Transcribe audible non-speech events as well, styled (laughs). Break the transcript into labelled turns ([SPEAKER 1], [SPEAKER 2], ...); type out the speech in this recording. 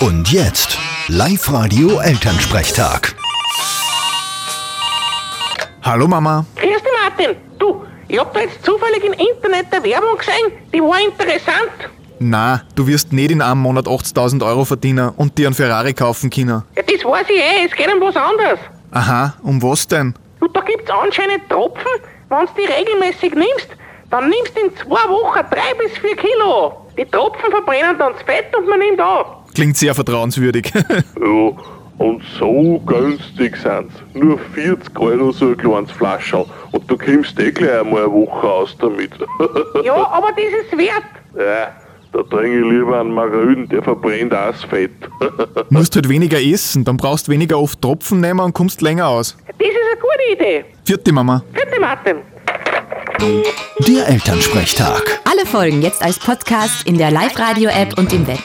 [SPEAKER 1] Und jetzt, Live-Radio Elternsprechtag.
[SPEAKER 2] Hallo Mama.
[SPEAKER 3] Grüß dich, Martin. Du, ich hab da jetzt zufällig im Internet eine Werbung gesehen, die war interessant.
[SPEAKER 2] Na, du wirst nicht in einem Monat 80.000 Euro verdienen und dir einen Ferrari kaufen können.
[SPEAKER 3] Ja, das weiß ich eh, es geht um was anderes.
[SPEAKER 2] Aha, um was denn?
[SPEAKER 3] Und da gibt's anscheinend Tropfen, wenn du die regelmäßig nimmst, dann nimmst du in zwei Wochen drei bis vier Kilo. Die Tropfen verbrennen dann das Fett und man nimmt ab.
[SPEAKER 2] Klingt sehr vertrauenswürdig. (laughs)
[SPEAKER 4] Ja, und so günstig sind's. Nur 40 Euro so ein kleines Flascherl. Und du kommst eh gleich einmal eine Woche aus damit. (laughs)
[SPEAKER 3] Ja, aber das ist wert.
[SPEAKER 4] ja, da trinke ich lieber einen Marön, der verbrennt auch das Fett. (laughs)
[SPEAKER 2] Musst halt weniger essen, dann brauchst weniger oft Tropfen nehmen und kommst länger aus.
[SPEAKER 3] Das ist eine gute Idee.
[SPEAKER 2] Vierte Mama.
[SPEAKER 3] Vierte Martin.
[SPEAKER 1] Der Elternsprechtag.
[SPEAKER 5] Alle Folgen jetzt als Podcast in der Live-Radio-App und im Web.